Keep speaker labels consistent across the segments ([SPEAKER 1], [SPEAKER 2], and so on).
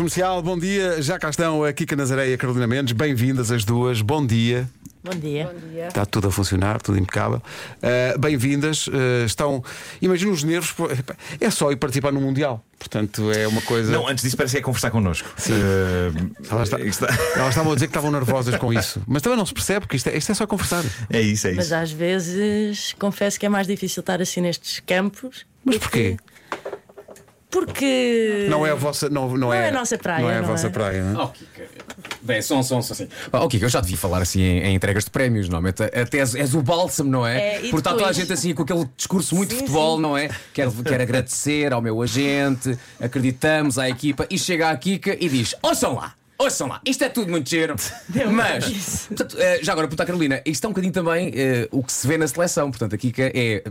[SPEAKER 1] Comercial, bom dia. Já cá estão a Kika Nazaré e a Carolina Mendes. Bem-vindas as duas. Bom dia.
[SPEAKER 2] Bom dia.
[SPEAKER 1] Está tudo a funcionar, tudo impecável. Uh, Bem-vindas. Uh, estão. Imagino os nervos. pô, epá, É só ir participar no Mundial. Portanto, é uma coisa.
[SPEAKER 3] Não, antes disso parece que é conversar connosco. Eh,
[SPEAKER 1] Elas, está-
[SPEAKER 3] está-
[SPEAKER 1] elas estavam a dizer que estavam nervosas com isso. Mas também não se percebe, porque isto é, isto é só conversar.
[SPEAKER 3] É isso, é
[SPEAKER 2] Mas
[SPEAKER 3] isso.
[SPEAKER 2] às vezes confesso que é mais difícil estar assim nestes campos.
[SPEAKER 1] Mas
[SPEAKER 2] é
[SPEAKER 1] porquê?
[SPEAKER 2] Porque.
[SPEAKER 1] Não é a vossa. Não, não,
[SPEAKER 2] é a nossa praia,
[SPEAKER 1] Não é a
[SPEAKER 2] não
[SPEAKER 1] vossa
[SPEAKER 2] é?
[SPEAKER 1] praia, não é?
[SPEAKER 4] Oh, Kika. Bem, som, som, som, assim. Oh, Kika, eu já devia falar assim em, em entregas de prémios, não é? Até és, és o bálsamo, não
[SPEAKER 2] É,
[SPEAKER 4] é?
[SPEAKER 2] e
[SPEAKER 4] Porque está toda a
[SPEAKER 2] depois?
[SPEAKER 4] gente assim com aquele discurso muito de
[SPEAKER 2] Sim,
[SPEAKER 4] futebol,
[SPEAKER 2] sim.
[SPEAKER 4] não é? Quero, quero agradecer ao meu agente, acreditamos à equipa e chega à Kika e diz: ouçam lá! Ouçam lá, isto é tudo muito cheiro. Mas, portanto, eh, já agora, pergunta à Carolina, isto é um bocadinho também eh, o que se vê na seleção. Portanto, a Kika é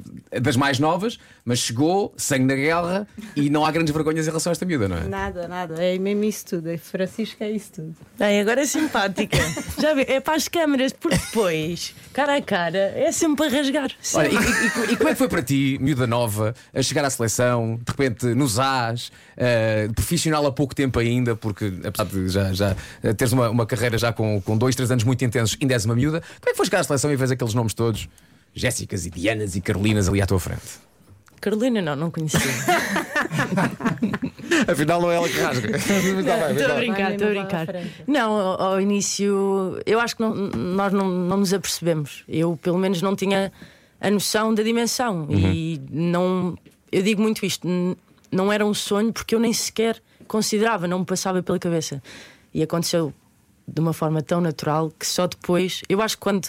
[SPEAKER 4] das mais novas, mas chegou, sangue na guerra e não há grandes vergonhas em relação a esta miúda, não é?
[SPEAKER 5] Nada, nada, é mesmo isso tudo. É Francisco é isso tudo.
[SPEAKER 2] Bem, agora é simpática. Já vi, é para as câmaras, porque depois, cara a cara, é sempre para rasgar.
[SPEAKER 4] Olha, e, e- e- e como é que foi para ti, miúda nova, a chegar à seleção, de repente nos AS, eh, profissional há pouco tempo ainda, porque apesar de já, já eh, teres uma, uma carreira já com, com dois, três anos muito intensos, ainda és uma miúda, como é que foi chegar à seleção e vês aqueles nomes todos? Jéssicas e Dianas e Carolinas ali à tua frente.
[SPEAKER 2] Carolina, não, não conhecia.
[SPEAKER 1] Afinal, não é ela que rasga. Está bem,
[SPEAKER 2] Estou a
[SPEAKER 1] está bem.
[SPEAKER 2] brincar,
[SPEAKER 5] Vai
[SPEAKER 2] estou a
[SPEAKER 5] mesmo lá à
[SPEAKER 2] brincar.
[SPEAKER 5] frente.
[SPEAKER 2] Não, ao, ao início, eu acho que não- nós não, não nos apercebemos. Eu, pelo menos, não tinha a noção da dimensão. E não. Eu digo muito isto, n- não era um sonho porque eu nem sequer considerava, não me passava pela cabeça. E aconteceu de uma forma tão natural que só depois. Eu acho que quando.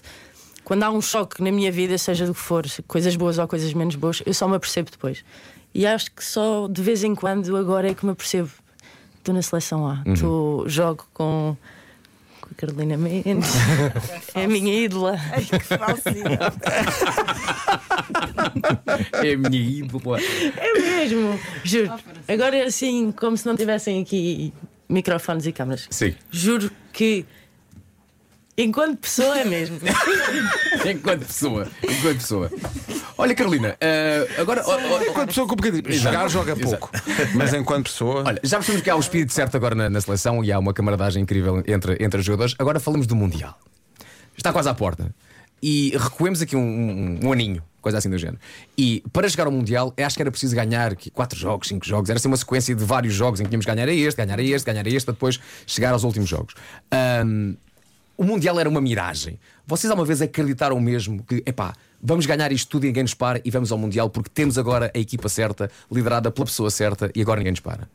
[SPEAKER 2] Quando há um choque na minha vida, seja do que for, coisas boas ou coisas menos boas, eu só me apercebo depois. E acho que só de vez em quando agora é que me apercebo. Estou na seleção A.
[SPEAKER 1] Uhum.
[SPEAKER 2] Tô- jogo com, com a Carolina Mendes. é a minha ídola.
[SPEAKER 4] É a minha ídola.
[SPEAKER 2] É mesmo. Juro. Agora é assim, como se não tivessem aqui microfones e câmaras.
[SPEAKER 4] Sim.
[SPEAKER 2] Juro que. Enquanto pessoa é mesmo.
[SPEAKER 4] Enquanto pessoa. Enquanto pessoa. Olha, Carolina, eh, agora. ó- ó-
[SPEAKER 1] Enquanto pessoa com um bocadinho. Jogar, joga pouco. Mas enquanto pessoa.
[SPEAKER 4] Olha, já percebemos que há o espírito certo agora na, na seleção e há uma camaradagem incrível entre, entre os jogadores. Agora falamos do Mundial. Está quase à porta. E recuemos aqui um, um- um aninho, coisa assim do género. E para chegar ao Mundial, eu acho que era preciso ganhar aqui quatro jogos, cinco jogos. Era assim uma sequência de vários jogos em que tínhamos que ganhar a este, ganhar a este, ganhar a este, para depois chegar aos últimos jogos. Ahm, o Mundial era uma miragem. Vocês alguma vez acreditaram mesmo que, epá, vamos ganhar isto tudo e ninguém nos para e vamos ao Mundial porque temos agora a equipa certa, liderada pela pessoa certa e agora ninguém nos para?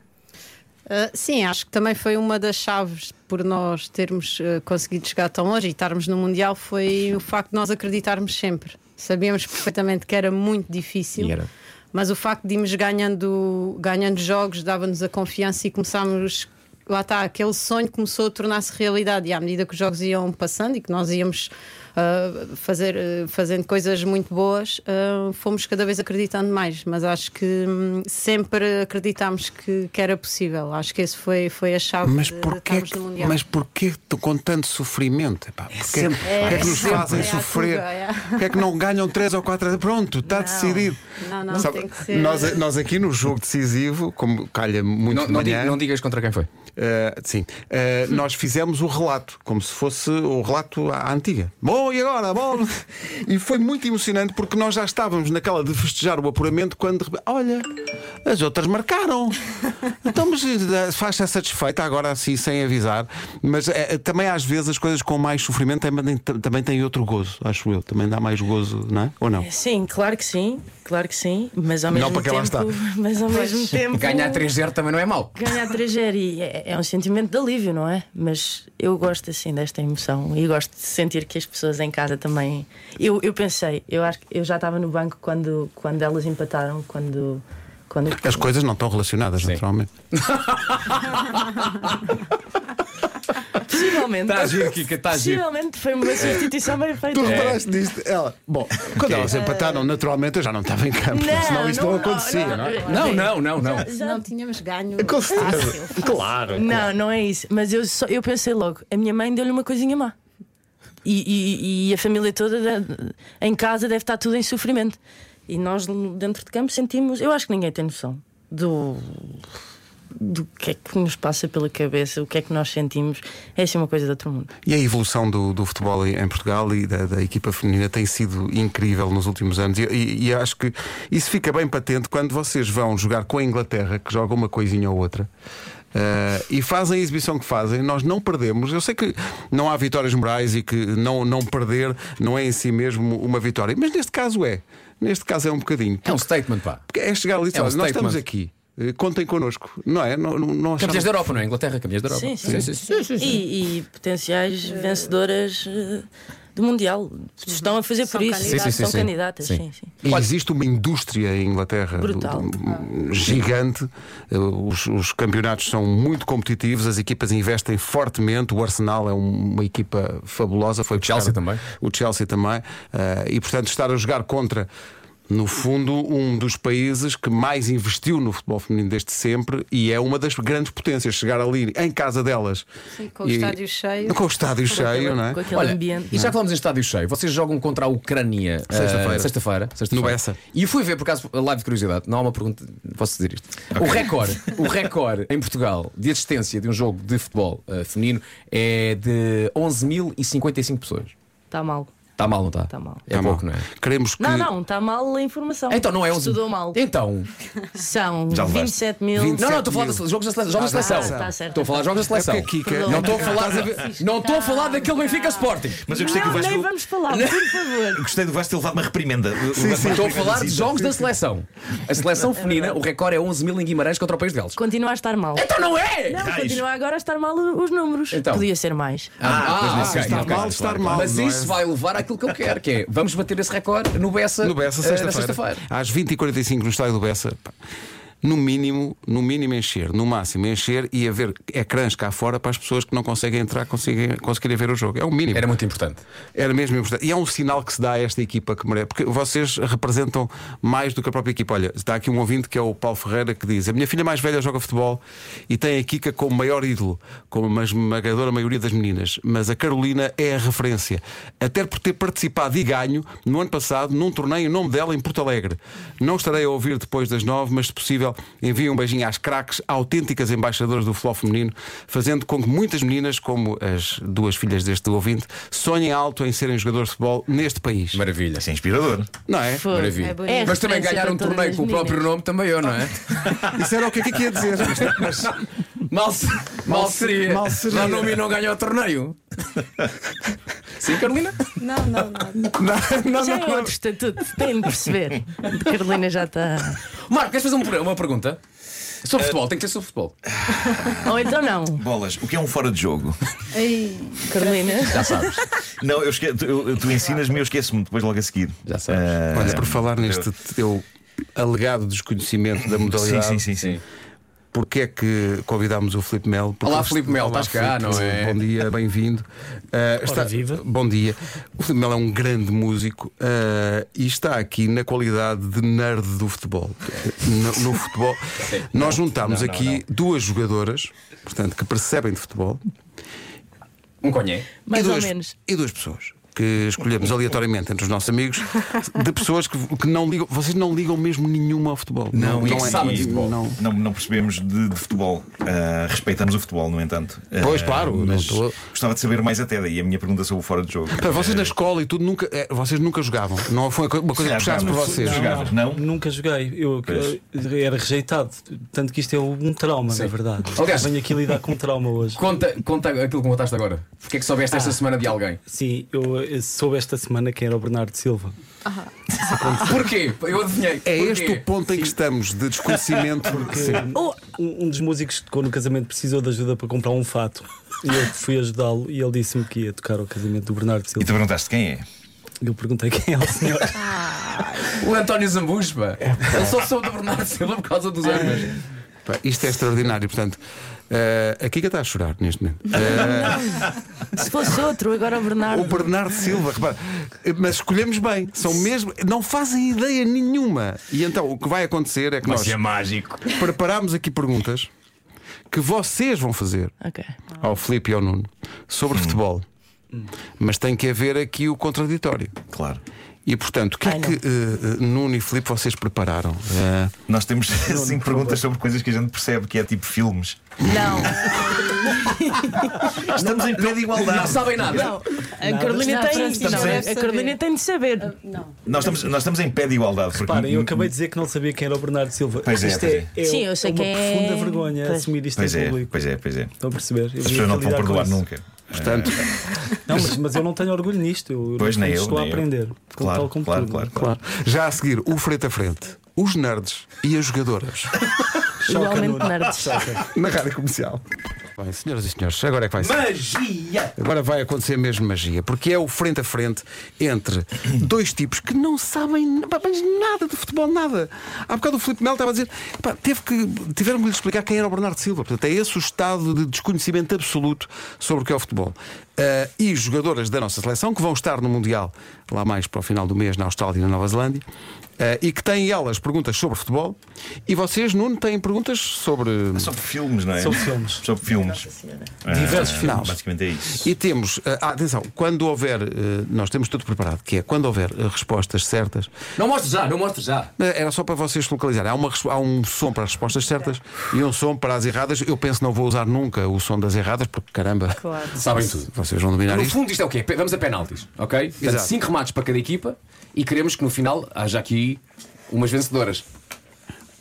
[SPEAKER 5] Ah, sim, acho que também foi uma das chaves por nós termos ah, conseguido chegar tão longe e estarmos no Mundial foi o facto de nós acreditarmos sempre. Sabíamos perfeitamente que era muito difícil,
[SPEAKER 4] E era.
[SPEAKER 5] mas o facto de irmos ganhando, ganhando jogos dava-nos a confiança e começámos. Lá está, aquele sonho começou a tornar-se realidade e à medida que os jogos iam passando e que nós íamos ah, fazer, ah, fazendo coisas muito boas, ah, fomos cada vez acreditando mais. Mas acho que hum, sempre acreditámos que, que era possível. Acho que esse foi, foi a chave
[SPEAKER 1] Mas
[SPEAKER 5] de, de
[SPEAKER 1] porquê,
[SPEAKER 5] estarmos
[SPEAKER 1] que,
[SPEAKER 5] no Mundial.
[SPEAKER 1] mas porquê que tu- com tanto sofrimento? Epá, porquê,
[SPEAKER 4] sempre,
[SPEAKER 1] porquê é, que nos
[SPEAKER 5] sempre.
[SPEAKER 1] fazem
[SPEAKER 5] É à
[SPEAKER 1] sofrer?
[SPEAKER 5] fuga, é.
[SPEAKER 1] Porquê é que não ganham 3 ou 4? Pronto, está
[SPEAKER 5] Não.
[SPEAKER 1] decidido.
[SPEAKER 5] Não, não, tem que ser-
[SPEAKER 1] Nós, é- nós aqui no jogo decisivo, como calha muito
[SPEAKER 4] Não,
[SPEAKER 1] de
[SPEAKER 4] não,
[SPEAKER 1] manhã,
[SPEAKER 4] diga- não digas contra quem foi.
[SPEAKER 1] eh, sim, eh, nós fizemos o relato, como se fosse o relato à à antiga. Bom, e agora? Bom! E foi muito emocionante porque nós já estávamos naquela de festejar o apuramento quando de repente, olha, as outras marcaram. Então, mas eh, faz-se satisfeita agora assim, sem avisar. Mas eh, eh, também às vezes as coisas com mais sofrimento também, também têm outro gozo, acho eu. Também dá mais gozo, não é? Ou não?
[SPEAKER 2] Sim, claro que sim, claro que sim. Mas ao
[SPEAKER 1] Não,
[SPEAKER 2] mesmo
[SPEAKER 1] para que lá
[SPEAKER 2] tempo.
[SPEAKER 1] está.
[SPEAKER 2] Mas ao mesmo tempo.
[SPEAKER 4] Ganhar 3-0 também não é mau.
[SPEAKER 2] Ganhar 3 e é, é um sentimento de alívio, não é? Mas eu gosto assim desta emoção e gosto de sentir que as pessoas em casa também. Eu, eu pensei, eu acho que eu já estava no banco quando, quando elas empataram, quando. quando...
[SPEAKER 4] Tá
[SPEAKER 1] As coisas não estão relacionadas, naturalmente.
[SPEAKER 2] Possivelmente.
[SPEAKER 4] Está giro, Kika, está giro.
[SPEAKER 2] Possivelmente foi uma substituição bem feita.
[SPEAKER 1] Tu reparaste nisto? Ela. Bom, quando elas empataram, naturalmente eu já não estava em campo,
[SPEAKER 2] Não,
[SPEAKER 1] senão isto não,
[SPEAKER 2] não, não,
[SPEAKER 1] acontecia, não,
[SPEAKER 2] não,
[SPEAKER 1] é?
[SPEAKER 4] Não, não, não, não.
[SPEAKER 5] Não tínhamos ganho.
[SPEAKER 1] Com certeza. claro.
[SPEAKER 2] Não, não é isso. Mas eu, só, eu pensei logo, a minha mãe deu-lhe uma coisinha má. E, e- e a família toda de- em casa deve estar tudo em sofrimento. E nós dentro de campo sentimos. Eu acho que ninguém tem noção do, do que é que nos passa pela cabeça, o que é que nós sentimos. É assim uma coisa de outro mundo.
[SPEAKER 1] E a evolução do, do futebol em em Portugal e da, da equipa feminina tem sido incrível nos últimos anos. E, e- e acho que isso fica bem patente quando vocês vão jogar com a Inglaterra, que joga uma coisinha ou outra. eh, e fazem a exibição que fazem, nós não perdemos. Eu sei que não há vitórias morais e que não, não perder não é em si mesmo uma vitória, mas neste caso é. Neste caso é um bocadinho.
[SPEAKER 4] É um statement, pá.
[SPEAKER 1] Porque é chegar ali e dizer,
[SPEAKER 4] É um
[SPEAKER 1] "Olha, nós
[SPEAKER 4] statement.
[SPEAKER 1] estamos aqui, eh, contem connosco, não é? Não, não, não achamos-
[SPEAKER 4] Campeões da Europa, não é? Inglaterra, campeões da Europa.
[SPEAKER 2] Sim, sim. E, e potenciais vencedoras eh, do Mundial. Estão a fazer
[SPEAKER 5] São
[SPEAKER 2] por isso.
[SPEAKER 5] candidatas.
[SPEAKER 4] Sim, sim, sim,
[SPEAKER 2] São
[SPEAKER 4] sim.
[SPEAKER 2] candidatas,
[SPEAKER 4] Sim.
[SPEAKER 2] sim, sim.
[SPEAKER 1] E existe uma indústria em Inglaterra do-
[SPEAKER 2] Brutal.
[SPEAKER 1] do- gigante. Eh, Os, os campeonatos são muito competitivos, as equipas investem fortemente. O Arsenal é um- uma equipa fabulosa. Foi o
[SPEAKER 4] Chelsea também.
[SPEAKER 1] O Chelsea também. Eh, e portanto, estar a jogar contra. No fundo, um dos países que mais investiu no futebol feminino desde sempre e é uma das grandes potências. Chegar ali em casa delas.
[SPEAKER 5] Sim, com o estádio cheio.
[SPEAKER 1] Com o estádio cheio, não é?
[SPEAKER 2] Com aquele
[SPEAKER 4] Olha,
[SPEAKER 2] ambiente.
[SPEAKER 4] E já que falamos em estádio cheio, vocês jogam contra a Ucrânia ah,
[SPEAKER 1] Sexta-feira.
[SPEAKER 4] Sexta-feira. sexta
[SPEAKER 1] No Bessa.
[SPEAKER 4] E eu fui ver, por acaso, a live de curiosidade. Não há uma pergunta, posso dizer isto. O recorde o recorde em Portugal de assistência de um jogo de futebol ah, feminino é de 11.055 pessoas.
[SPEAKER 2] Está Tá mal.
[SPEAKER 4] Está mal, não está?
[SPEAKER 2] Tá mal.
[SPEAKER 4] É
[SPEAKER 1] Tá
[SPEAKER 4] pouco,
[SPEAKER 1] bom.
[SPEAKER 4] não é?
[SPEAKER 1] Queremos que.
[SPEAKER 2] Não, não, está mal a informação.
[SPEAKER 4] Então não é 11
[SPEAKER 2] Estudou mal.
[SPEAKER 4] Então.
[SPEAKER 2] São
[SPEAKER 3] Já levaste.
[SPEAKER 2] 27 mil.
[SPEAKER 1] 27
[SPEAKER 4] Não, não, estou a falar de jogos da seleção. Jogos da
[SPEAKER 1] Ah,
[SPEAKER 4] seleção.
[SPEAKER 1] tá,
[SPEAKER 2] tá certo.
[SPEAKER 4] Estou a falar de jogos da seleção.
[SPEAKER 1] É porque aqui que-
[SPEAKER 4] Não estou a
[SPEAKER 1] Estás a
[SPEAKER 4] falar.
[SPEAKER 1] ver-
[SPEAKER 4] Não estou a falar daquele Benfica Sporting.
[SPEAKER 3] Mas eu gostei que o
[SPEAKER 2] não,
[SPEAKER 3] Vasco.
[SPEAKER 2] nem vamos falar, por favor.
[SPEAKER 3] Gostei do Vasco ter levado uma reprimenda. O- o Vasco
[SPEAKER 4] Estou a
[SPEAKER 3] reprimenda
[SPEAKER 4] falar de
[SPEAKER 3] cita.
[SPEAKER 4] jogos da seleção. A seleção feminina, o recorde é 11 mil em Guimarães contra o País de Gales.
[SPEAKER 2] Continua a estar mal.
[SPEAKER 4] Então não é!
[SPEAKER 2] Não,
[SPEAKER 3] Raios.
[SPEAKER 2] continua agora a estar mal os números.
[SPEAKER 4] Então.
[SPEAKER 2] Podia ser mais.
[SPEAKER 3] Ah, pois nesse
[SPEAKER 4] ok,
[SPEAKER 1] Estar
[SPEAKER 3] caso,
[SPEAKER 4] ok.
[SPEAKER 3] claro,
[SPEAKER 1] mal, estar
[SPEAKER 3] claro.
[SPEAKER 1] mal.
[SPEAKER 4] Mas
[SPEAKER 1] não é?
[SPEAKER 4] isso vai levar àquilo que eu quero, que é vamos bater esse recorde no Bessa,
[SPEAKER 1] No Bessa,
[SPEAKER 4] eh,
[SPEAKER 1] sexta-feira.
[SPEAKER 4] na sexta-feira.
[SPEAKER 1] Às 20h45 no estádio do Bessa. pá. No mínimo, no mínimo encher, no máximo encher e haver ecrãs cá fora para as pessoas que não conseguem entrar conseguirem, conseguirem ver o jogo. É o mínimo.
[SPEAKER 4] Era muito importante.
[SPEAKER 1] Era mesmo importante. E é um sinal que se dá a esta equipa que merece. Porque vocês representam mais do que a própria equipa. Olha, está aqui um ouvinte que é o Paulo Ferreira que diz: A minha filha mais velha joga futebol e tem a Kika como maior ídolo, como uma esmagadora maioria das meninas. Mas a Carolina é a referência. Até por ter participado e ganho no ano passado num torneio em nome dela em Porto Alegre. Não estarei a ouvir depois das nove, mas se possível, enviem um beijinho às craques, autênticas embaixadoras do futebol feminino, fazendo com que muitas meninas, como as duas filhas deste ouvinte, sonhem alto em serem jogadores de futebol neste país.
[SPEAKER 4] Maravilha.
[SPEAKER 3] Isso é inspirador.
[SPEAKER 1] Não é?
[SPEAKER 2] Foi.
[SPEAKER 4] Maravilha.
[SPEAKER 5] É bonito. É
[SPEAKER 4] Mas também
[SPEAKER 2] referência
[SPEAKER 4] ganhar
[SPEAKER 2] para
[SPEAKER 4] um
[SPEAKER 2] todas
[SPEAKER 4] torneio
[SPEAKER 2] as
[SPEAKER 4] com o
[SPEAKER 2] meninas.
[SPEAKER 4] próprio nome também eu, não é?
[SPEAKER 1] Isso era o que é que aqui ia dizer. Mas
[SPEAKER 4] Mal, se- mal seria.
[SPEAKER 1] mal seria.
[SPEAKER 4] Dar nome e não ganhar o torneio. Sim, Carolina?
[SPEAKER 5] Não, não, não.
[SPEAKER 1] não,
[SPEAKER 2] Já
[SPEAKER 1] não,
[SPEAKER 2] é
[SPEAKER 1] não.
[SPEAKER 2] outro estatuto, tem de perceber. De Carolina já está.
[SPEAKER 4] Marco, queres fazer um per- uma pergunta? Sobre
[SPEAKER 2] Eh,
[SPEAKER 4] futebol, tem que ser sobre futebol.
[SPEAKER 2] Ou então não,
[SPEAKER 3] Bolas, o que é um fora de jogo?
[SPEAKER 5] Ei,
[SPEAKER 2] Carolina.
[SPEAKER 4] Já sabes.
[SPEAKER 3] Não, eu esque... tu, eu- tu ensinas-me, eu esqueço-me depois logo a seguir.
[SPEAKER 4] Já sabes.
[SPEAKER 3] Ah,
[SPEAKER 1] Olha, por falar neste teu alegado desconhecimento da
[SPEAKER 3] sim,
[SPEAKER 1] modalidade,
[SPEAKER 3] sim, sim, sim.
[SPEAKER 1] porque é que convidámos o Filipe Melo? Porque
[SPEAKER 4] Olá,
[SPEAKER 1] o-
[SPEAKER 4] Filipe Melo,
[SPEAKER 1] Olá,
[SPEAKER 4] estás cá,
[SPEAKER 1] Filipe,
[SPEAKER 4] não é?
[SPEAKER 1] Bom dia, bem-vindo. Ah, está-
[SPEAKER 6] viva.
[SPEAKER 1] Bom dia. O Filipe Melo é um grande músico ah, e está aqui na qualidade de nerd do futebol. No, no futebol, nós juntámos
[SPEAKER 4] não, não,
[SPEAKER 1] aqui duas jogadoras, portanto, que percebem de futebol
[SPEAKER 4] Um conhé.
[SPEAKER 2] Mais
[SPEAKER 1] e
[SPEAKER 2] ou
[SPEAKER 1] duas,
[SPEAKER 2] menos.
[SPEAKER 1] E duas pessoas que escolhemos aleatoriamente entre os nossos amigos, de pessoas que, que não ligam, vocês não ligam mesmo nenhuma ao futebol. é
[SPEAKER 4] e é que sabem de futebol.
[SPEAKER 1] não.
[SPEAKER 3] Não, não percebemos de, de futebol. Ah, respeitamos o futebol, no entanto. Ah,
[SPEAKER 1] Pois, claro, não
[SPEAKER 3] mas
[SPEAKER 1] estou-
[SPEAKER 3] Gostava de saber mais até daí. A minha pergunta sobre o fora de jogo.
[SPEAKER 1] Pá, vocês na escola e tudo nunca, é, vocês nunca jogavam. Não foi uma coisa que
[SPEAKER 3] Já
[SPEAKER 1] puxasse por
[SPEAKER 3] jogámos.
[SPEAKER 1] vocês.
[SPEAKER 3] Não. Jogavas, não?
[SPEAKER 6] Nunca joguei. Eu
[SPEAKER 3] Pois.
[SPEAKER 6] eh, era rejeitado. Tanto que isto é um trauma, na verdade.
[SPEAKER 4] Aliás-
[SPEAKER 6] Venho aqui lidar com um trauma hoje.
[SPEAKER 4] Conta, conta aquilo que contaste agora. Porquê é que soubeste
[SPEAKER 2] Ah.
[SPEAKER 4] esta semana de alguém?
[SPEAKER 6] Sim, eu eh, soube esta semana quem era o Bernardo Silva.
[SPEAKER 2] Ah.
[SPEAKER 4] Ah. Porquê? Eu adivinhei.
[SPEAKER 1] É
[SPEAKER 4] Porquê?
[SPEAKER 1] este o ponto em que estamos de desconhecimento. Sim.
[SPEAKER 2] Oh!
[SPEAKER 6] Um, um dos músicos que tocou no casamento precisou de ajuda para comprar um fato. E eu fui ajudá-lo e ele disse-me que ia tocar ao casamento do Bernardo
[SPEAKER 3] E
[SPEAKER 6] Silva.
[SPEAKER 3] tu perguntaste quem é?
[SPEAKER 6] Eu perguntei quem é o senhor.
[SPEAKER 4] O António Zambuspa.
[SPEAKER 1] É
[SPEAKER 4] Ele só soube do Bernardo Silva por causa dos anos.
[SPEAKER 1] Pá, Isto é extraordinário. Portanto, eh, a Kika está a chorar neste momento. Eh,
[SPEAKER 2] Se fosse outro, agora o
[SPEAKER 1] O
[SPEAKER 2] Bernardo.
[SPEAKER 1] Bernardo Silva, repara, mas escolhemos bem, são mesmo, não fazem ideia nenhuma. E então o que vai acontecer é que nós
[SPEAKER 4] mágico.
[SPEAKER 1] preparámos aqui perguntas que vocês vão fazer
[SPEAKER 2] Ok.
[SPEAKER 1] ao Filipe e ao Nuno sobre futebol. Mas tem que haver aqui o contraditório.
[SPEAKER 3] Claro.
[SPEAKER 1] E portanto, o que é
[SPEAKER 2] Ai,
[SPEAKER 1] que eh, eh, Nuno e Filipe vocês prepararam? Eh,
[SPEAKER 3] Nós temos assim perguntas sobre coisas que a gente percebe que é tipo filmes.
[SPEAKER 2] Não,
[SPEAKER 3] Nós estamos em pé de igualdade.
[SPEAKER 4] sabem nada.
[SPEAKER 7] A Carolina
[SPEAKER 2] não,
[SPEAKER 7] tem.
[SPEAKER 2] Francisco,
[SPEAKER 7] não
[SPEAKER 2] não,
[SPEAKER 7] é?
[SPEAKER 2] a Carolina tem de saber.
[SPEAKER 3] Nós estamos, nós estamos em pé de igualdade. porque-
[SPEAKER 6] Repara, eu acabei de dizer que não sabia quem era o Bernardo Silva.
[SPEAKER 3] Pois é,
[SPEAKER 6] isto
[SPEAKER 3] pois
[SPEAKER 6] é,
[SPEAKER 3] é.
[SPEAKER 2] Sim, eu sei
[SPEAKER 6] é uma
[SPEAKER 2] quem é.
[SPEAKER 6] profunda vergonha
[SPEAKER 2] Pois.
[SPEAKER 6] assumir isto
[SPEAKER 3] Pois
[SPEAKER 6] em
[SPEAKER 3] é,
[SPEAKER 6] público.
[SPEAKER 3] pois é, pois é.
[SPEAKER 6] Estão a perceber? Eu
[SPEAKER 3] As
[SPEAKER 6] devia
[SPEAKER 3] pessoas não te vão
[SPEAKER 6] lidar com
[SPEAKER 3] perdoar
[SPEAKER 6] isso.
[SPEAKER 3] nunca. É.
[SPEAKER 1] portanto,
[SPEAKER 6] Não, mas, mas eu não tenho orgulho nisto. Eu, no
[SPEAKER 3] Pois,
[SPEAKER 6] fundo,
[SPEAKER 3] nem eu,
[SPEAKER 6] Estou
[SPEAKER 3] nem
[SPEAKER 6] a
[SPEAKER 3] eu.
[SPEAKER 6] aprender. com
[SPEAKER 3] Claro,
[SPEAKER 6] tal como
[SPEAKER 3] claro,
[SPEAKER 6] tu,
[SPEAKER 3] claro,
[SPEAKER 6] não é?
[SPEAKER 1] claro. já a seguir, o frente a frente, os nerds e as jogadoras
[SPEAKER 6] Choca,
[SPEAKER 2] Igualmente
[SPEAKER 6] Nuno.
[SPEAKER 2] nerds.
[SPEAKER 1] na rádio comercial. Bem, senhoras e senhores, agora é que vai ser.
[SPEAKER 4] Magia!
[SPEAKER 1] Agora vai acontecer mesmo magia, porque é o frente a frente entre dois tipos que não sabem pá, mas nada de futebol, nada. Há bocado o Filipe Melo estava a dizer, pá, teve que, tiveram que lhe explicar quem era o Bernardo Silva. Portanto, é esse o estado de desconhecimento absoluto sobre o que é o futebol. Ah, e jogadoras da nossa seleção que vão estar no Mundial lá mais para o final do mês na Austrália e na Nova Zelândia. ah, e que têm elas perguntas sobre futebol e vocês, Nuno, têm perguntas sobre.
[SPEAKER 3] Sobre filmes, não é?
[SPEAKER 6] Sobre filmes.
[SPEAKER 3] Sobre filmes. Ah,
[SPEAKER 6] Diversos filmes.
[SPEAKER 3] Basicamente é isso.
[SPEAKER 1] E temos, eh, ah, atenção, quando houver, eh, nós temos tudo preparado, que é quando houver eh, respostas certas,
[SPEAKER 4] Não mostre já, não mostre já.
[SPEAKER 1] eh, era só para vocês se localizarem. Há, uma res- há um som para as respostas certas e um som para as erradas. Eu penso que não vou usar nunca o som das erradas, porque caramba,
[SPEAKER 2] Claro.
[SPEAKER 4] Sabem tudo.
[SPEAKER 1] vocês vão dominar
[SPEAKER 4] No
[SPEAKER 1] isto.
[SPEAKER 4] fundo, isto é o quê? Pe- Vamos a penaltis, ok? Portanto,
[SPEAKER 1] Exato.
[SPEAKER 4] 5 remates para cada equipa e queremos que no final haja aqui umas vencedoras.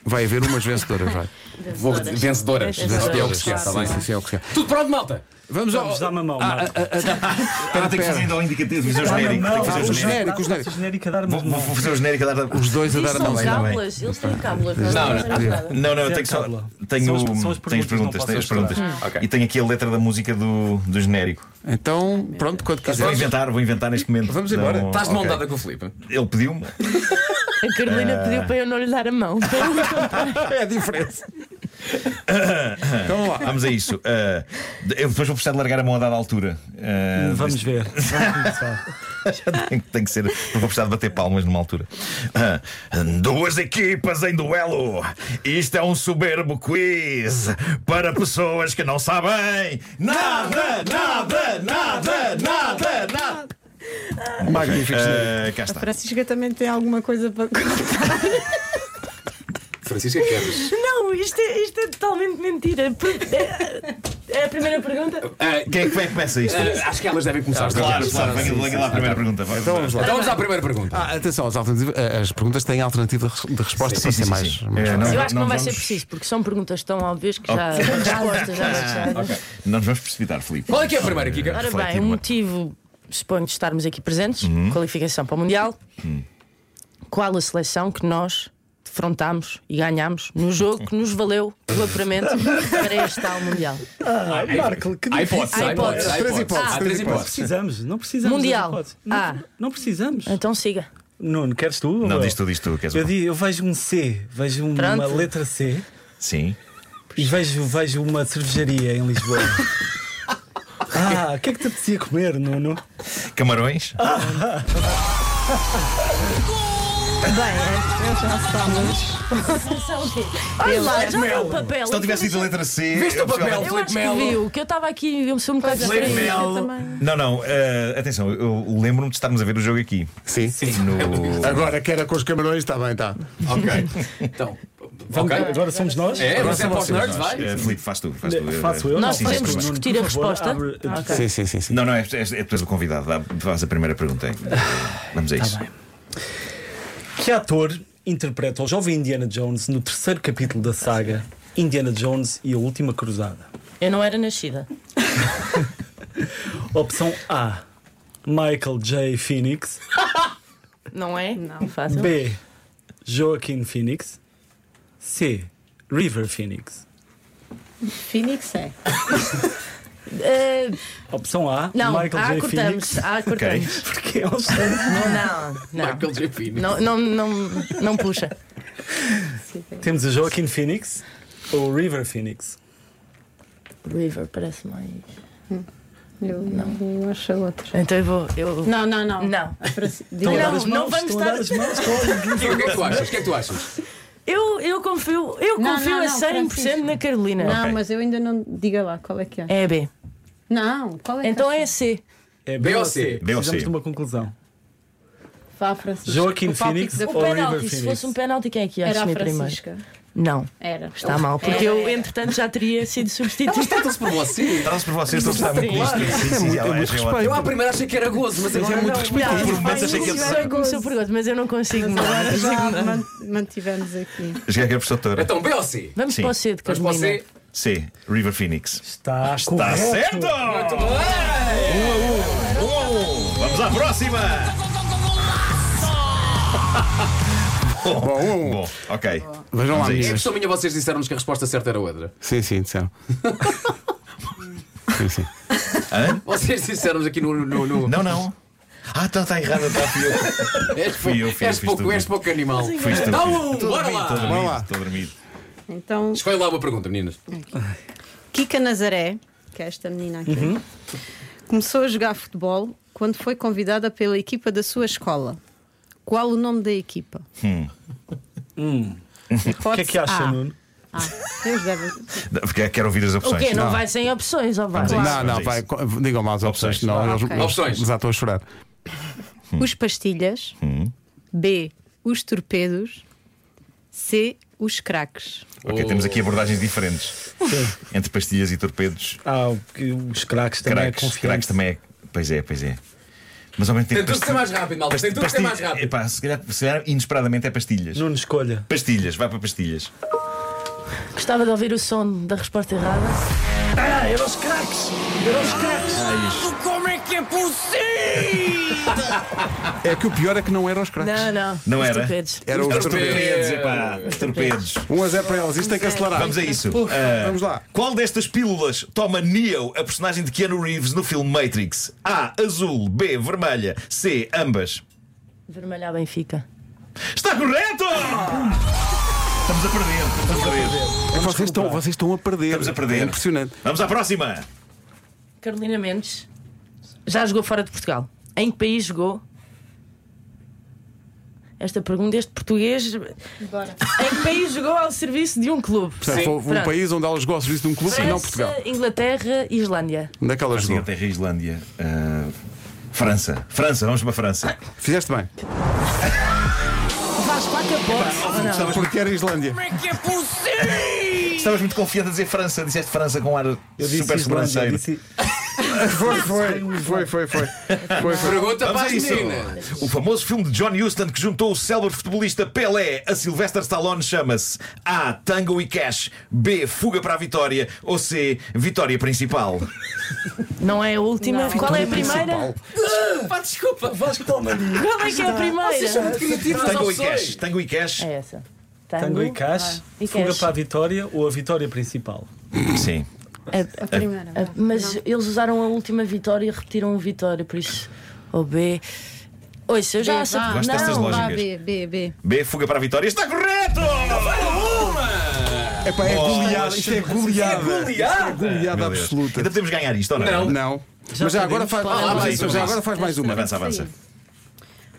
[SPEAKER 1] Vai haver umas vencedoras, vai.
[SPEAKER 4] Vou vencedoras.
[SPEAKER 2] Vencedoras.
[SPEAKER 4] É o que se quer, está bem?
[SPEAKER 1] Sim, sim, é o que se quer.
[SPEAKER 4] Tudo pronto, malta!
[SPEAKER 1] Vamos ao.
[SPEAKER 6] Vamos dar uma mão,
[SPEAKER 1] Ah,
[SPEAKER 6] Marco.
[SPEAKER 1] ah, ah,
[SPEAKER 3] Espera, tenho que fazer ainda o indicativo, fazer o genérico.
[SPEAKER 6] não,
[SPEAKER 3] Tenho que
[SPEAKER 1] ah,
[SPEAKER 3] fazer
[SPEAKER 1] o
[SPEAKER 3] o genérico.
[SPEAKER 1] genérico, o genérico.
[SPEAKER 6] Genérica dar
[SPEAKER 3] Vou,
[SPEAKER 6] mão.
[SPEAKER 3] vou- vou fazer o genérico a dar.
[SPEAKER 1] Os dois a dar
[SPEAKER 2] Isto
[SPEAKER 1] a mão.
[SPEAKER 2] são
[SPEAKER 3] bem, não é?
[SPEAKER 2] cábulas, eles têm cábulas, nós
[SPEAKER 4] Não,
[SPEAKER 2] não,
[SPEAKER 4] não.
[SPEAKER 2] sabemos nada.
[SPEAKER 3] Não, não, eu tenho só.
[SPEAKER 6] Cábula.
[SPEAKER 3] Tenho,
[SPEAKER 6] São as- são as
[SPEAKER 3] tenho as
[SPEAKER 6] perguntas, não
[SPEAKER 3] perguntas,
[SPEAKER 6] posso
[SPEAKER 3] tenho as
[SPEAKER 6] ajudar.
[SPEAKER 3] perguntas. E tenho aqui a letra da música do, do genérico.
[SPEAKER 1] Então, pronto, quando
[SPEAKER 3] Vou
[SPEAKER 1] quiseres.
[SPEAKER 3] inventar, vou inventar neste momento.
[SPEAKER 1] Vamos embora.
[SPEAKER 3] Não,
[SPEAKER 4] Estás de mão
[SPEAKER 3] ok.
[SPEAKER 4] dada com o Filipe.
[SPEAKER 3] Ele pediu-me.
[SPEAKER 2] A
[SPEAKER 3] Eh.
[SPEAKER 2] Carolina pediu para eu não lhe dar a mão.
[SPEAKER 1] É a diferença. então vamos lá.
[SPEAKER 3] Vamos a isso. Ah, eu depois vou precisar de largar a mão a dada altura. Ah,
[SPEAKER 6] Vamos ver. Vamos começar.
[SPEAKER 3] Tem, que- tem que ser. Não vou precisar de bater palmas numa altura. Ah, duas equipas em duelo. Isto é um soberbo quiz para pessoas que não sabem nada, nada, nada, nada, nada.
[SPEAKER 1] Magnífico.
[SPEAKER 3] Ah, cá está.
[SPEAKER 5] Francisca também tem alguma coisa para.
[SPEAKER 4] Francisca, é queres?
[SPEAKER 2] Não, isto é, isto é totalmente mentira. É- É a primeira pergunta?
[SPEAKER 1] Ah,
[SPEAKER 3] Quem é que vai- começa isto?
[SPEAKER 4] Ah, acho que elas devem começar.
[SPEAKER 3] Claro, claro. Venha venha lá a primeira pergunta. vai.
[SPEAKER 1] Então vamos lá.
[SPEAKER 4] Então vamos à primeira pergunta.
[SPEAKER 1] Ah, atenção, as, alternativas- as perguntas têm alternativa de resposta
[SPEAKER 3] Sim,
[SPEAKER 1] para
[SPEAKER 3] sim,
[SPEAKER 1] ser
[SPEAKER 3] sim,
[SPEAKER 1] mais.
[SPEAKER 3] sim.
[SPEAKER 1] mais
[SPEAKER 3] É,
[SPEAKER 2] Mas
[SPEAKER 3] não-
[SPEAKER 2] eu acho que não vai ser
[SPEAKER 3] vamos-
[SPEAKER 2] preciso, porque são perguntas tão óbvias que já a resposta já vai chegar.
[SPEAKER 3] eh, Não nos vamos precipitar, Filipe.
[SPEAKER 4] Qual é que é a primeira, Kika?
[SPEAKER 2] Ora
[SPEAKER 3] Refletir
[SPEAKER 2] bem, um o
[SPEAKER 3] uma-
[SPEAKER 2] motivo, suponho, de estarmos aqui presentes,
[SPEAKER 3] Uhum.
[SPEAKER 2] qualificação para o Mundial.
[SPEAKER 3] Hum.
[SPEAKER 2] Qual a seleção que nós defrontámos e ganhámos no jogo que nos valeu o apuramento para este tal Mundial?
[SPEAKER 6] Marco, que
[SPEAKER 4] Há hipóteses, há
[SPEAKER 2] Há
[SPEAKER 4] hipóteses.
[SPEAKER 2] hipóteses.
[SPEAKER 1] Três
[SPEAKER 4] há hipóteses. Há
[SPEAKER 1] hipóteses,
[SPEAKER 4] três
[SPEAKER 1] três
[SPEAKER 4] hipóteses.
[SPEAKER 6] precisamos, não precisamos.
[SPEAKER 2] Mundial.
[SPEAKER 6] das hipóteses. Não,
[SPEAKER 2] Ah.
[SPEAKER 6] não precisamos.
[SPEAKER 2] Então siga.
[SPEAKER 6] Nuno, queres tu?
[SPEAKER 3] Não,
[SPEAKER 6] Ou-
[SPEAKER 3] diz tu, diz tu, queres
[SPEAKER 6] Eu,
[SPEAKER 3] uma?
[SPEAKER 6] digo, eu vejo um C, vejo um- uma
[SPEAKER 2] Pronto.
[SPEAKER 6] letra C
[SPEAKER 3] Sim.
[SPEAKER 6] e vejo, vejo uma cervejaria em Lisboa. ah, o que é que te apetecia comer, Nuno?
[SPEAKER 3] Camarões?
[SPEAKER 2] Olha lá, já viu o papel.
[SPEAKER 3] Ah, Se não tivesse dito a letra C.
[SPEAKER 4] Viste o
[SPEAKER 3] eu precisava-
[SPEAKER 4] papel?
[SPEAKER 2] Eu acho que viu, que eu estava aqui, eu sou um bocado
[SPEAKER 4] Felipe
[SPEAKER 2] distraída.
[SPEAKER 4] Melo.
[SPEAKER 3] Não, não, eh, atenção, eu lembro-me de estarmos a ver o jogo aqui.
[SPEAKER 1] Sim.
[SPEAKER 3] No...
[SPEAKER 1] Agora que era com os camarões, está bem, está.
[SPEAKER 4] Ok. Então,
[SPEAKER 6] Vamos-
[SPEAKER 4] ok.
[SPEAKER 6] Agora somos nós?
[SPEAKER 4] É, mas é para os
[SPEAKER 3] Vocês,
[SPEAKER 4] nerds,
[SPEAKER 3] nós.
[SPEAKER 4] vai.
[SPEAKER 3] Eh, Filipe, faz tu, faz tu.
[SPEAKER 6] Faço eu?
[SPEAKER 2] Nós
[SPEAKER 6] Não,
[SPEAKER 2] podemos
[SPEAKER 6] faz tu, Nuno.
[SPEAKER 2] discutir a
[SPEAKER 6] Por favor,
[SPEAKER 2] resposta?
[SPEAKER 6] abre-
[SPEAKER 1] Sim, sim, sim. sim.
[SPEAKER 3] Não, não, é, é, é tu és o convidado, dá- faz a primeira pergunta. Vamos a isso.
[SPEAKER 6] Que ator interpreta o jovem Indiana Jones no terceiro capítulo da saga Indiana Jones e a Última Cruzada?
[SPEAKER 2] Eu não era nascida.
[SPEAKER 6] Opção A: Michael J. Phoenix.
[SPEAKER 2] Não é? Não. Fácil.
[SPEAKER 6] B: Joaquin Phoenix. C: River Phoenix.
[SPEAKER 5] Phoenix é.
[SPEAKER 2] Eh,
[SPEAKER 6] Opção A:
[SPEAKER 2] não,
[SPEAKER 6] Michael
[SPEAKER 2] ah,
[SPEAKER 6] J.
[SPEAKER 2] cortamos.
[SPEAKER 6] Phoenix.
[SPEAKER 2] Ah,
[SPEAKER 3] Ok.
[SPEAKER 2] cortamos.
[SPEAKER 6] Porque é um excelente
[SPEAKER 2] Não, não.
[SPEAKER 4] Michael J. Phoenix.
[SPEAKER 2] Não, não, não, não puxa.
[SPEAKER 6] Temos o Joaquin Phoenix ou o River Phoenix.
[SPEAKER 2] River parece mais.
[SPEAKER 5] Eu não. Eu acho outro.
[SPEAKER 2] Então eu vou. Eu...
[SPEAKER 5] Não, não, não.
[SPEAKER 2] Não.
[SPEAKER 5] Franci-
[SPEAKER 6] Estão
[SPEAKER 5] Diga
[SPEAKER 6] a dar
[SPEAKER 2] Não,
[SPEAKER 6] as
[SPEAKER 2] não
[SPEAKER 6] mãos,
[SPEAKER 2] vamos
[SPEAKER 6] estão a dar
[SPEAKER 2] estar-
[SPEAKER 6] as mãos, estão a-
[SPEAKER 4] E o que é que tu achas? O que é que tu achas?
[SPEAKER 2] Eu, eu confio, eu
[SPEAKER 5] Não,
[SPEAKER 2] confio
[SPEAKER 5] não,
[SPEAKER 2] a
[SPEAKER 5] não,
[SPEAKER 2] 100%
[SPEAKER 5] Francisco.
[SPEAKER 2] na Carolina.
[SPEAKER 5] Não,
[SPEAKER 3] Ok.
[SPEAKER 5] mas eu ainda não. Diga lá qual é que é.
[SPEAKER 2] É a B.
[SPEAKER 5] Não, qual é que
[SPEAKER 2] Então é a C.
[SPEAKER 6] É
[SPEAKER 4] B ou C?
[SPEAKER 3] B ou C?
[SPEAKER 6] Precisamos de uma conclusão.
[SPEAKER 7] Vá, Francisco.
[SPEAKER 6] Joaquim
[SPEAKER 7] O palpite
[SPEAKER 6] Phoenix
[SPEAKER 7] da-
[SPEAKER 2] O
[SPEAKER 6] Ou River
[SPEAKER 2] penalti, se
[SPEAKER 6] Phoenix.
[SPEAKER 2] fosse um penalti, quem é que ia
[SPEAKER 7] Era a
[SPEAKER 2] assumir primeiro?
[SPEAKER 7] Francisca.
[SPEAKER 2] Não,
[SPEAKER 7] Era.
[SPEAKER 2] está mal, porque
[SPEAKER 7] Era,
[SPEAKER 5] É.
[SPEAKER 2] eu,
[SPEAKER 7] era.
[SPEAKER 2] entretanto, já teria sido substituído.
[SPEAKER 4] Tratam-se por assim. você.
[SPEAKER 3] Traz Então, por vocês, estou a gostar muito disto. Sim, sim,
[SPEAKER 1] muito-
[SPEAKER 3] ela
[SPEAKER 1] é muito
[SPEAKER 3] ótima.
[SPEAKER 1] respeito.
[SPEAKER 4] Eu à primeira achei que era gozo, mas
[SPEAKER 1] Mas
[SPEAKER 4] agora
[SPEAKER 1] é muito
[SPEAKER 4] não.
[SPEAKER 1] respeitado.
[SPEAKER 3] Por momentos achei que ia
[SPEAKER 2] Isso
[SPEAKER 3] ser.
[SPEAKER 2] aí começou por outro, mas eu não consigo mudar.
[SPEAKER 5] Agora já man- mantivemos aqui.
[SPEAKER 3] Cheguei aqui a professora.
[SPEAKER 4] Então, B ou C?
[SPEAKER 2] Vamos
[SPEAKER 3] Sim.
[SPEAKER 2] para o C de
[SPEAKER 4] Mas
[SPEAKER 2] Carolina.
[SPEAKER 4] você. é
[SPEAKER 3] Sim, River Phoenix.
[SPEAKER 6] Está,
[SPEAKER 3] Está
[SPEAKER 6] correto.
[SPEAKER 3] certo! Um a um. Um a um. Vamos à próxima! Bom,
[SPEAKER 6] um
[SPEAKER 3] bom, ok.
[SPEAKER 1] Vejam lá,
[SPEAKER 3] Vamos a
[SPEAKER 4] Em
[SPEAKER 1] meninas.
[SPEAKER 4] questão minha, vocês disseram-nos que a resposta certa era outra.
[SPEAKER 1] Sim, sim, disseram. sim, sim.
[SPEAKER 3] Hã?
[SPEAKER 4] Vocês disseram-nos aqui no. no, no...
[SPEAKER 3] Não, não. Ah, então está errado, está fui eu.
[SPEAKER 4] És,
[SPEAKER 3] Fui eu, fui eu,
[SPEAKER 4] pouco, és,
[SPEAKER 3] fiz
[SPEAKER 4] pouco,
[SPEAKER 3] tudo.
[SPEAKER 4] és pouco animal.
[SPEAKER 3] Fui eu.
[SPEAKER 4] Dá
[SPEAKER 3] Estou dormido,
[SPEAKER 4] um, bora
[SPEAKER 3] estou
[SPEAKER 4] lá.
[SPEAKER 1] Bora lá.
[SPEAKER 3] dormido, Estou dormido.
[SPEAKER 5] Então,
[SPEAKER 4] Escolhe lá uma pergunta, meninas.
[SPEAKER 5] Kika Nazaré, que é esta menina aqui, começou a jogar futebol quando foi convidada pela equipa da sua escola. Qual o nome da equipa?
[SPEAKER 6] O que é que acha,
[SPEAKER 5] A.
[SPEAKER 6] Nuno?
[SPEAKER 5] Ah, Deus deve.
[SPEAKER 3] Porque é quero ouvir as
[SPEAKER 2] O
[SPEAKER 3] opções.
[SPEAKER 2] quê? Não, vai sem opções, ó vai.
[SPEAKER 3] Vamos a isso.
[SPEAKER 1] Não, não,
[SPEAKER 3] Mas
[SPEAKER 1] vai,
[SPEAKER 3] isso.
[SPEAKER 1] co- digam lá as opções,
[SPEAKER 3] Opções.
[SPEAKER 1] senão
[SPEAKER 5] Ah,
[SPEAKER 1] eles,
[SPEAKER 5] ok.
[SPEAKER 1] eles
[SPEAKER 4] Opções.
[SPEAKER 1] já estão a chorar.
[SPEAKER 5] Os pastilhas. B. Os torpedos. C. Os craques.
[SPEAKER 3] Ok, temos aqui abordagens diferentes. Entre pastilhas e torpedos.
[SPEAKER 6] Ah, o que- os craques também é
[SPEAKER 3] Craques.
[SPEAKER 6] confiante.
[SPEAKER 3] Craques também é. Pois é, pois é. Mas ao mesmo tempo.
[SPEAKER 4] Tem tudo que ser mais rápido, malta. Tem tudo que ser mais
[SPEAKER 3] pastilhas-
[SPEAKER 4] rápido.
[SPEAKER 3] Epá, se calhar, se calhar inesperadamente é pastilhas.
[SPEAKER 6] Nuno, escolha.
[SPEAKER 3] Pastilhas, vai para pastilhas.
[SPEAKER 2] Gostava de ouvir o som da resposta errada.
[SPEAKER 1] Ah, É que o pior é que não era os craques.
[SPEAKER 2] Não, não.
[SPEAKER 3] Não
[SPEAKER 2] Os
[SPEAKER 3] era?
[SPEAKER 2] torpedos.
[SPEAKER 1] Era os torpedos.
[SPEAKER 3] Torpedos, epá, torpedos.
[SPEAKER 1] 1 a 0 para eles, isto tem que acelerar.
[SPEAKER 3] Vamos a isso.
[SPEAKER 1] Uf,
[SPEAKER 3] Ah,
[SPEAKER 1] vamos lá.
[SPEAKER 3] Qual destas pílulas toma Neo, a personagem de Keanu Reeves, no filme Matrix? A. Azul. B. Vermelha. C. Ambas.
[SPEAKER 2] Vermelha à Benfica.
[SPEAKER 3] Está correto! Estamos a perder. Estamos a perder.
[SPEAKER 1] É que vocês, estão, vocês estão a perder.
[SPEAKER 3] Estamos a perder.
[SPEAKER 1] É impressionante.
[SPEAKER 3] Vamos à próxima.
[SPEAKER 2] Carolina Mendes já jogou fora de Portugal. Em que país jogou? Esta pergunta, este português. Em que país jogou ao serviço de um clube?
[SPEAKER 1] Portanto, foi um
[SPEAKER 2] Pronto.
[SPEAKER 1] país onde ela jogou ao serviço de um clube e não Portugal.
[SPEAKER 2] França, Inglaterra e Islândia.
[SPEAKER 1] Onde é que ela
[SPEAKER 3] Sim,
[SPEAKER 1] jogou?
[SPEAKER 3] até a Islândia. Ah, França. França, vamos para a França.
[SPEAKER 1] Fizeste bem.
[SPEAKER 2] Faz placa
[SPEAKER 6] oh,
[SPEAKER 2] pote.
[SPEAKER 3] Estavas,
[SPEAKER 1] Porque era a Islândia.
[SPEAKER 3] estavas muito confiante a dizer França. Disseste França com um ar
[SPEAKER 6] Eu disse
[SPEAKER 3] super
[SPEAKER 6] Islândia, eu
[SPEAKER 3] sobranceiro.
[SPEAKER 6] disse- um
[SPEAKER 1] Foi, foi, foi, foi, foi. Foi, foi.
[SPEAKER 4] Pergunta
[SPEAKER 3] Vamos
[SPEAKER 4] para
[SPEAKER 3] a
[SPEAKER 4] as
[SPEAKER 3] isso.
[SPEAKER 4] meninas.
[SPEAKER 3] O famoso filme de John Huston que juntou o célebre futebolista Pelé a Sylvester Stallone chama-se A. Tango e Cash, B. Fuga para a Vitória ou C. Vitória Principal.
[SPEAKER 2] Não é a última. Qual é a primeira?
[SPEAKER 4] Pá, desculpa, Vasco, toma
[SPEAKER 2] Qual é que é a primeira?
[SPEAKER 4] criativos nas
[SPEAKER 3] Tango e Cash.
[SPEAKER 4] opções.
[SPEAKER 3] Tango e Cash.
[SPEAKER 2] É essa.
[SPEAKER 6] Tango e Cash,
[SPEAKER 2] Ah, e
[SPEAKER 6] fuga
[SPEAKER 2] Cash.
[SPEAKER 6] para a vitória ou a vitória principal?
[SPEAKER 3] Sim.
[SPEAKER 2] A-
[SPEAKER 5] A primeira.
[SPEAKER 3] é?
[SPEAKER 2] a- Ah, mas eles usaram a última vitória e repetiram a vitória, por isso. Ou B. Oi, se eu já
[SPEAKER 5] B,
[SPEAKER 2] acho.
[SPEAKER 5] vá.
[SPEAKER 3] Gosto dessas
[SPEAKER 2] Não,
[SPEAKER 3] lógicas.
[SPEAKER 5] Vá, B, B, B.
[SPEAKER 3] B. Fuga para a Vitória. Está correto!
[SPEAKER 1] Epá, é
[SPEAKER 3] Bolas.
[SPEAKER 1] goleada. Isto é goleada. Isto é goleada
[SPEAKER 3] Meu Deus. Então,
[SPEAKER 1] absoluta.
[SPEAKER 3] Ainda podemos ganhar isto ou não?
[SPEAKER 1] Não. Mas já agora faz, Ah,
[SPEAKER 2] Vamos
[SPEAKER 1] mas
[SPEAKER 3] lá,
[SPEAKER 1] isso,
[SPEAKER 3] vamos
[SPEAKER 1] já
[SPEAKER 3] lá.
[SPEAKER 1] agora faz mais uma.
[SPEAKER 3] Avança, avança.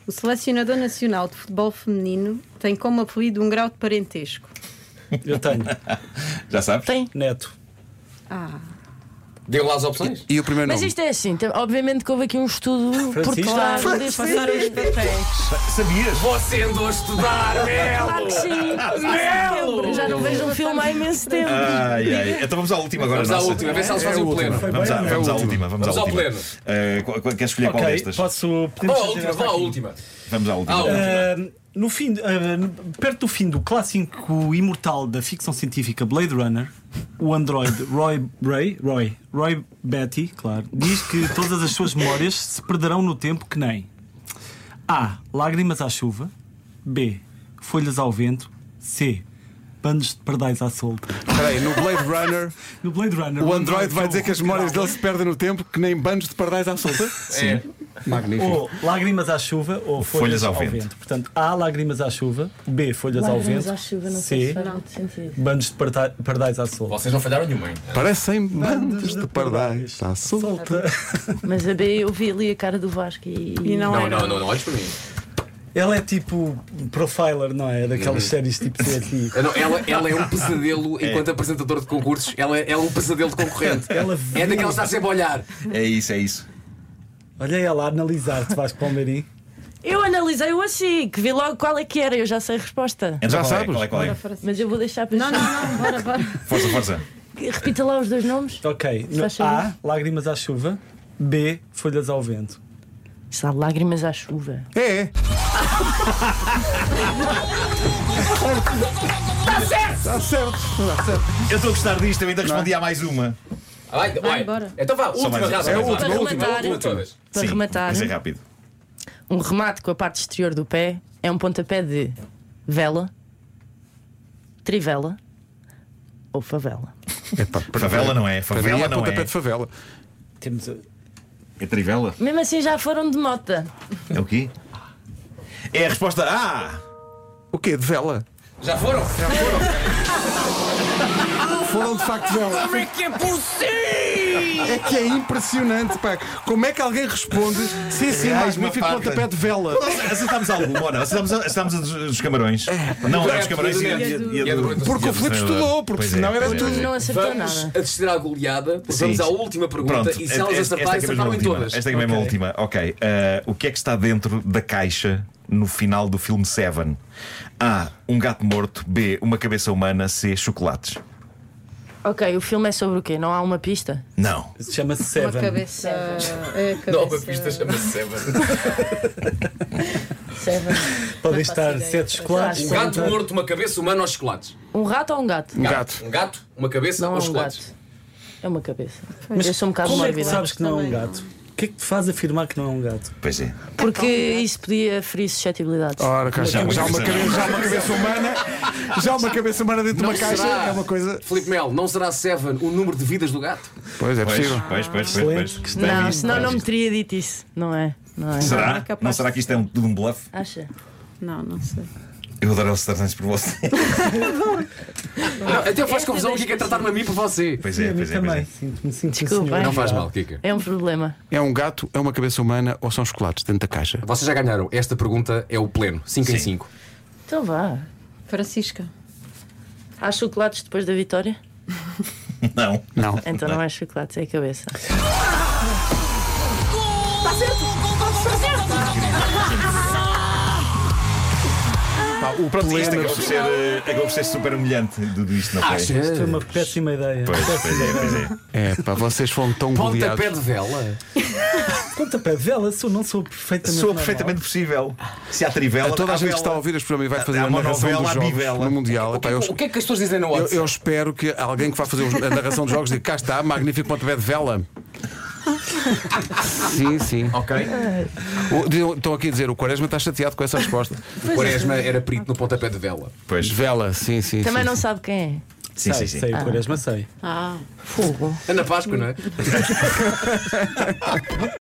[SPEAKER 5] O selecionador nacional de futebol feminino tem como apelido um grau de parentesco.
[SPEAKER 6] Eu tenho.
[SPEAKER 3] Já sabes?
[SPEAKER 2] tem.
[SPEAKER 6] Neto.
[SPEAKER 5] Ah,
[SPEAKER 4] Deu lá as opções?
[SPEAKER 1] E o primeiro
[SPEAKER 2] Mas
[SPEAKER 1] nome?
[SPEAKER 2] isto é assim, tem- obviamente que houve aqui um estudo
[SPEAKER 6] Francisco.
[SPEAKER 2] português.
[SPEAKER 6] Francisco.
[SPEAKER 2] Passaram os papéis.
[SPEAKER 3] Sabias?
[SPEAKER 4] Você andou a estudar,
[SPEAKER 2] Claro
[SPEAKER 4] Melo!
[SPEAKER 2] que sim. Sempre. Já não vejo um filme há imenso tempo.
[SPEAKER 6] Ah,
[SPEAKER 3] Ai, ai. Então vamos à última agora.
[SPEAKER 4] Vamos à
[SPEAKER 3] nossa.
[SPEAKER 4] última, vê se elas
[SPEAKER 1] É a
[SPEAKER 4] fazem o
[SPEAKER 1] última.
[SPEAKER 4] pleno.
[SPEAKER 3] Vamos, à,
[SPEAKER 1] É a
[SPEAKER 3] vamos à
[SPEAKER 1] última.
[SPEAKER 3] última. Vamos,
[SPEAKER 4] Vamos
[SPEAKER 3] à
[SPEAKER 4] ao
[SPEAKER 3] última.
[SPEAKER 4] pleno.
[SPEAKER 3] Eh, qual- qual- Queres escolher qual
[SPEAKER 6] ok,
[SPEAKER 3] destas?
[SPEAKER 6] posso.
[SPEAKER 4] Vá
[SPEAKER 6] podemos
[SPEAKER 4] à
[SPEAKER 6] fazer
[SPEAKER 4] última,
[SPEAKER 6] esta
[SPEAKER 4] vá à
[SPEAKER 6] aqui.
[SPEAKER 4] última.
[SPEAKER 3] Vamos à última.
[SPEAKER 4] À última.
[SPEAKER 6] Ah, no fim, de- ah, no- perto do fim do clássico imortal da ficção científica Blade Runner, o androide Roy Ray, Roy, Roy Betty, claro, diz que todas as suas memórias se perderão no tempo que nem A. Lágrimas à chuva, B. Folhas ao vento, C. Bandos de pardais à solta.
[SPEAKER 1] Espera aí, no Blade Runner,
[SPEAKER 6] No Blade Runner,
[SPEAKER 1] o Android vai
[SPEAKER 6] que
[SPEAKER 1] dizer que as
[SPEAKER 6] eu-
[SPEAKER 1] memórias dele se perdem no tempo, que nem bandos de pardais à solta.
[SPEAKER 4] Sim.
[SPEAKER 1] Magnífico.
[SPEAKER 6] Ou lágrimas à chuva ou folhas, ao, vento. Portanto, A. Lágrimas à chuva, B. Folhas
[SPEAKER 2] Lágrimas
[SPEAKER 6] ao vento,
[SPEAKER 2] à chuva, não sei
[SPEAKER 6] C.
[SPEAKER 2] se faz muito sentido.
[SPEAKER 6] Bandos de parta- pardais à solta.
[SPEAKER 4] Vocês não falharam nenhuma, hein?
[SPEAKER 1] Parecem bandos de pardais à solta.
[SPEAKER 6] Solta.
[SPEAKER 2] Mas a B, eu vi ali a cara do Vasco e.
[SPEAKER 5] e não,
[SPEAKER 4] Não,
[SPEAKER 5] era.
[SPEAKER 4] não, não, não olhes para mim.
[SPEAKER 6] Ela é tipo profiler, não é? Daquelas
[SPEAKER 3] Uhum.
[SPEAKER 6] séries tipo CSI.
[SPEAKER 4] Ah, não, ela, ela é um pesadelo enquanto apresentadora de concursos. Ela é um pesadelo de concorrente.
[SPEAKER 6] Ela
[SPEAKER 4] É
[SPEAKER 6] viu.
[SPEAKER 4] daquela que está sempre a olhar.
[SPEAKER 3] É isso, é isso.
[SPEAKER 6] Olha ela a analisar-te, Vasco Palmeirim.
[SPEAKER 2] Eu analisei-o assim, que vi logo qual é que era, eu já sei a resposta.
[SPEAKER 3] Então,
[SPEAKER 1] Já
[SPEAKER 3] qual é?
[SPEAKER 1] sabes?
[SPEAKER 3] Qual é, qual é?
[SPEAKER 2] Mas eu vou deixar para
[SPEAKER 5] Não, não, não, bora, bora.
[SPEAKER 3] Força, força.
[SPEAKER 2] Repita lá os dois nomes.
[SPEAKER 6] Ok.
[SPEAKER 2] Se faz
[SPEAKER 6] A.
[SPEAKER 2] favor.
[SPEAKER 6] Lágrimas à chuva. B. Folhas ao vento.
[SPEAKER 2] Está lágrimas à chuva.
[SPEAKER 1] É, é. Está certo! Está certo!
[SPEAKER 3] Eu estou a gostar disto, eu ainda respondi a mais uma.
[SPEAKER 4] Vai, vai.
[SPEAKER 5] bora.
[SPEAKER 4] Então vá, última
[SPEAKER 3] mais-
[SPEAKER 4] razão.
[SPEAKER 3] é a
[SPEAKER 4] vai.
[SPEAKER 1] última,
[SPEAKER 2] Para última, rematar. última de
[SPEAKER 4] todas.
[SPEAKER 2] Para
[SPEAKER 3] Sim,
[SPEAKER 2] rematar,
[SPEAKER 3] Mas é rápido.
[SPEAKER 2] um remate com a parte exterior do pé é um pontapé de vela, trivela ou favela.
[SPEAKER 1] Epá, para-
[SPEAKER 3] Favela não é,
[SPEAKER 1] Para mim
[SPEAKER 3] favela
[SPEAKER 1] é
[SPEAKER 3] não
[SPEAKER 1] pontapé
[SPEAKER 3] é.
[SPEAKER 1] de favela.
[SPEAKER 6] Temos. a-
[SPEAKER 3] É trivela?
[SPEAKER 2] Mesmo assim já foram de mota.
[SPEAKER 3] É o quê? É a resposta A!
[SPEAKER 1] O quê? De vela?
[SPEAKER 4] Já foram?
[SPEAKER 1] Foram de facto de vela.
[SPEAKER 4] Que é possível!
[SPEAKER 1] É que é impressionante, pá. Como é que alguém responde assim sim, sim,
[SPEAKER 3] Reais,
[SPEAKER 1] magnífico
[SPEAKER 3] uma
[SPEAKER 1] pontapé de vela?
[SPEAKER 3] Acertámos alguma, ora. Acertámos a, acertámos a dos, dos camarões. Não, é dos camarões e a, e a- e a
[SPEAKER 4] E a do-
[SPEAKER 3] do. é,
[SPEAKER 1] Porque o Filipe estudou, porque senão era
[SPEAKER 2] Tu
[SPEAKER 1] tudo.
[SPEAKER 2] não acertou
[SPEAKER 4] Vamos
[SPEAKER 2] nada.
[SPEAKER 4] assistir à goleada, vamos
[SPEAKER 3] Sim.
[SPEAKER 4] à última pergunta
[SPEAKER 3] Pronto,
[SPEAKER 4] e se elas
[SPEAKER 3] esta- esta é
[SPEAKER 4] acertarem,
[SPEAKER 3] que é mesmo a
[SPEAKER 4] acertaram em
[SPEAKER 3] última.
[SPEAKER 4] todas.
[SPEAKER 3] Esta é mesmo a última. Ok. eh, o que é que está dentro da caixa no final do filme Seven? A. Um gato morto. B. Uma cabeça humana. C. Chocolates.
[SPEAKER 2] Ok, o filme é sobre o quê? Não há uma pista?
[SPEAKER 3] Não.
[SPEAKER 6] Chama-se
[SPEAKER 5] Uma
[SPEAKER 6] Seven.
[SPEAKER 5] cabeça. É a
[SPEAKER 4] Não,
[SPEAKER 5] cabeça.
[SPEAKER 4] a pista chama-se Seven.
[SPEAKER 2] Seven.
[SPEAKER 6] Podem
[SPEAKER 5] faço
[SPEAKER 6] estar
[SPEAKER 5] ideia.
[SPEAKER 6] sete chocolates.
[SPEAKER 4] Um gato morto, uma cabeça humana aos chocolates.
[SPEAKER 2] Um rato ou um gato?
[SPEAKER 1] Um gato.
[SPEAKER 4] Um gato, uma cabeça
[SPEAKER 2] Não é
[SPEAKER 4] aos
[SPEAKER 2] um
[SPEAKER 4] chocolates.
[SPEAKER 2] gato. É uma cabeça. eu sou um bocado
[SPEAKER 6] Como é que
[SPEAKER 2] mórbida.
[SPEAKER 6] sabes que não é um
[SPEAKER 5] Também não.
[SPEAKER 6] gato? O que é que te faz afirmar que não é um gato?
[SPEAKER 3] Pois é.
[SPEAKER 2] Porque isso podia ferir suscetibilidades.
[SPEAKER 3] Oh,
[SPEAKER 1] Ora, cá estamos. Já,
[SPEAKER 3] Já
[SPEAKER 1] uma
[SPEAKER 3] uma
[SPEAKER 1] cabeça, já uma cabeça humana, já uma cabeça humana dentro de uma caixa
[SPEAKER 4] será?
[SPEAKER 1] é uma coisa.
[SPEAKER 4] Filipe Mel, não será Seven o número de vidas do gato?
[SPEAKER 1] Pois é
[SPEAKER 3] Pois,
[SPEAKER 1] possível.
[SPEAKER 3] pois, pois, pois, pois. Isto é
[SPEAKER 2] não,
[SPEAKER 3] visto,
[SPEAKER 2] senão
[SPEAKER 3] é
[SPEAKER 2] não me
[SPEAKER 3] visto.
[SPEAKER 2] teria dito isso. Não é? Não é?
[SPEAKER 3] Será?
[SPEAKER 5] capaz
[SPEAKER 3] Não
[SPEAKER 5] de
[SPEAKER 3] será que isto é um, tudo um bluff?
[SPEAKER 2] Acha?
[SPEAKER 5] Não, não sei.
[SPEAKER 3] Eu adoro acertar por você.
[SPEAKER 4] Não, até faz confusão o que é, que é tratar-me a mim por você.
[SPEAKER 3] Pois é,
[SPEAKER 6] Eu
[SPEAKER 3] pois é. Pois
[SPEAKER 6] também.
[SPEAKER 3] é.
[SPEAKER 6] Sinto-me sinto
[SPEAKER 2] Desculpa, hein?
[SPEAKER 4] Não faz mal, Kika.
[SPEAKER 2] É um problema.
[SPEAKER 1] É um gato, é uma cabeça humana ou são chocolates dentro da caixa?
[SPEAKER 4] Vocês já ganharam. Esta pergunta é o pleno. 5 em 5.
[SPEAKER 2] Então vá.
[SPEAKER 5] Francisca.
[SPEAKER 2] Há chocolates depois da vitória?
[SPEAKER 3] Não.
[SPEAKER 1] Não.
[SPEAKER 2] Então não é chocolates, é a cabeça.
[SPEAKER 1] Pá, o
[SPEAKER 3] Ah, Pronto, isto
[SPEAKER 1] pleno. Ah,
[SPEAKER 3] acabou por ser, eh, acabou por ser super humilhante tudo isto, não foi?
[SPEAKER 4] é
[SPEAKER 6] Foi é uma péssima ideia.
[SPEAKER 3] Pois, pois é, pois é.
[SPEAKER 1] É, pá, vocês foram tão goleados.
[SPEAKER 4] Pontapé de vela.
[SPEAKER 6] Conta para vela, se eu não sou
[SPEAKER 2] é
[SPEAKER 6] perfeitamente.
[SPEAKER 3] Soa
[SPEAKER 6] normal.
[SPEAKER 3] perfeitamente possível. Se há trivela,
[SPEAKER 1] A toda a
[SPEAKER 3] há
[SPEAKER 1] gente que
[SPEAKER 3] vela.
[SPEAKER 1] está a ouvir este programa e vai fazer
[SPEAKER 3] Há
[SPEAKER 1] a
[SPEAKER 3] uma
[SPEAKER 1] narração
[SPEAKER 3] novela
[SPEAKER 1] dos
[SPEAKER 3] à
[SPEAKER 1] jogos
[SPEAKER 3] bivela.
[SPEAKER 1] no Mundial.
[SPEAKER 4] O que,
[SPEAKER 1] Epá, eu,
[SPEAKER 4] o que é que as pessoas dizem no
[SPEAKER 1] eu-
[SPEAKER 4] WhatsApp?
[SPEAKER 1] eu espero que alguém que vá fazer os- a narração dos jogos diga cá está, magnífico pontapé de vela. Sim, sim.
[SPEAKER 4] Ok.
[SPEAKER 1] O- dizem- Estão aqui a dizer, o Quaresma está chateado com essa resposta.
[SPEAKER 4] O Quaresma era perito no pontapé de vela.
[SPEAKER 3] Pois,
[SPEAKER 1] Vela, sim, sim.
[SPEAKER 2] é. Também
[SPEAKER 1] sim,
[SPEAKER 2] não
[SPEAKER 1] sim.
[SPEAKER 2] sabe quem é.
[SPEAKER 3] sim, sim,
[SPEAKER 6] Sei,
[SPEAKER 3] sim.
[SPEAKER 6] sei, o Quaresma sei.
[SPEAKER 5] Ah.
[SPEAKER 2] Fogo.
[SPEAKER 4] Ana Páscoa, não é?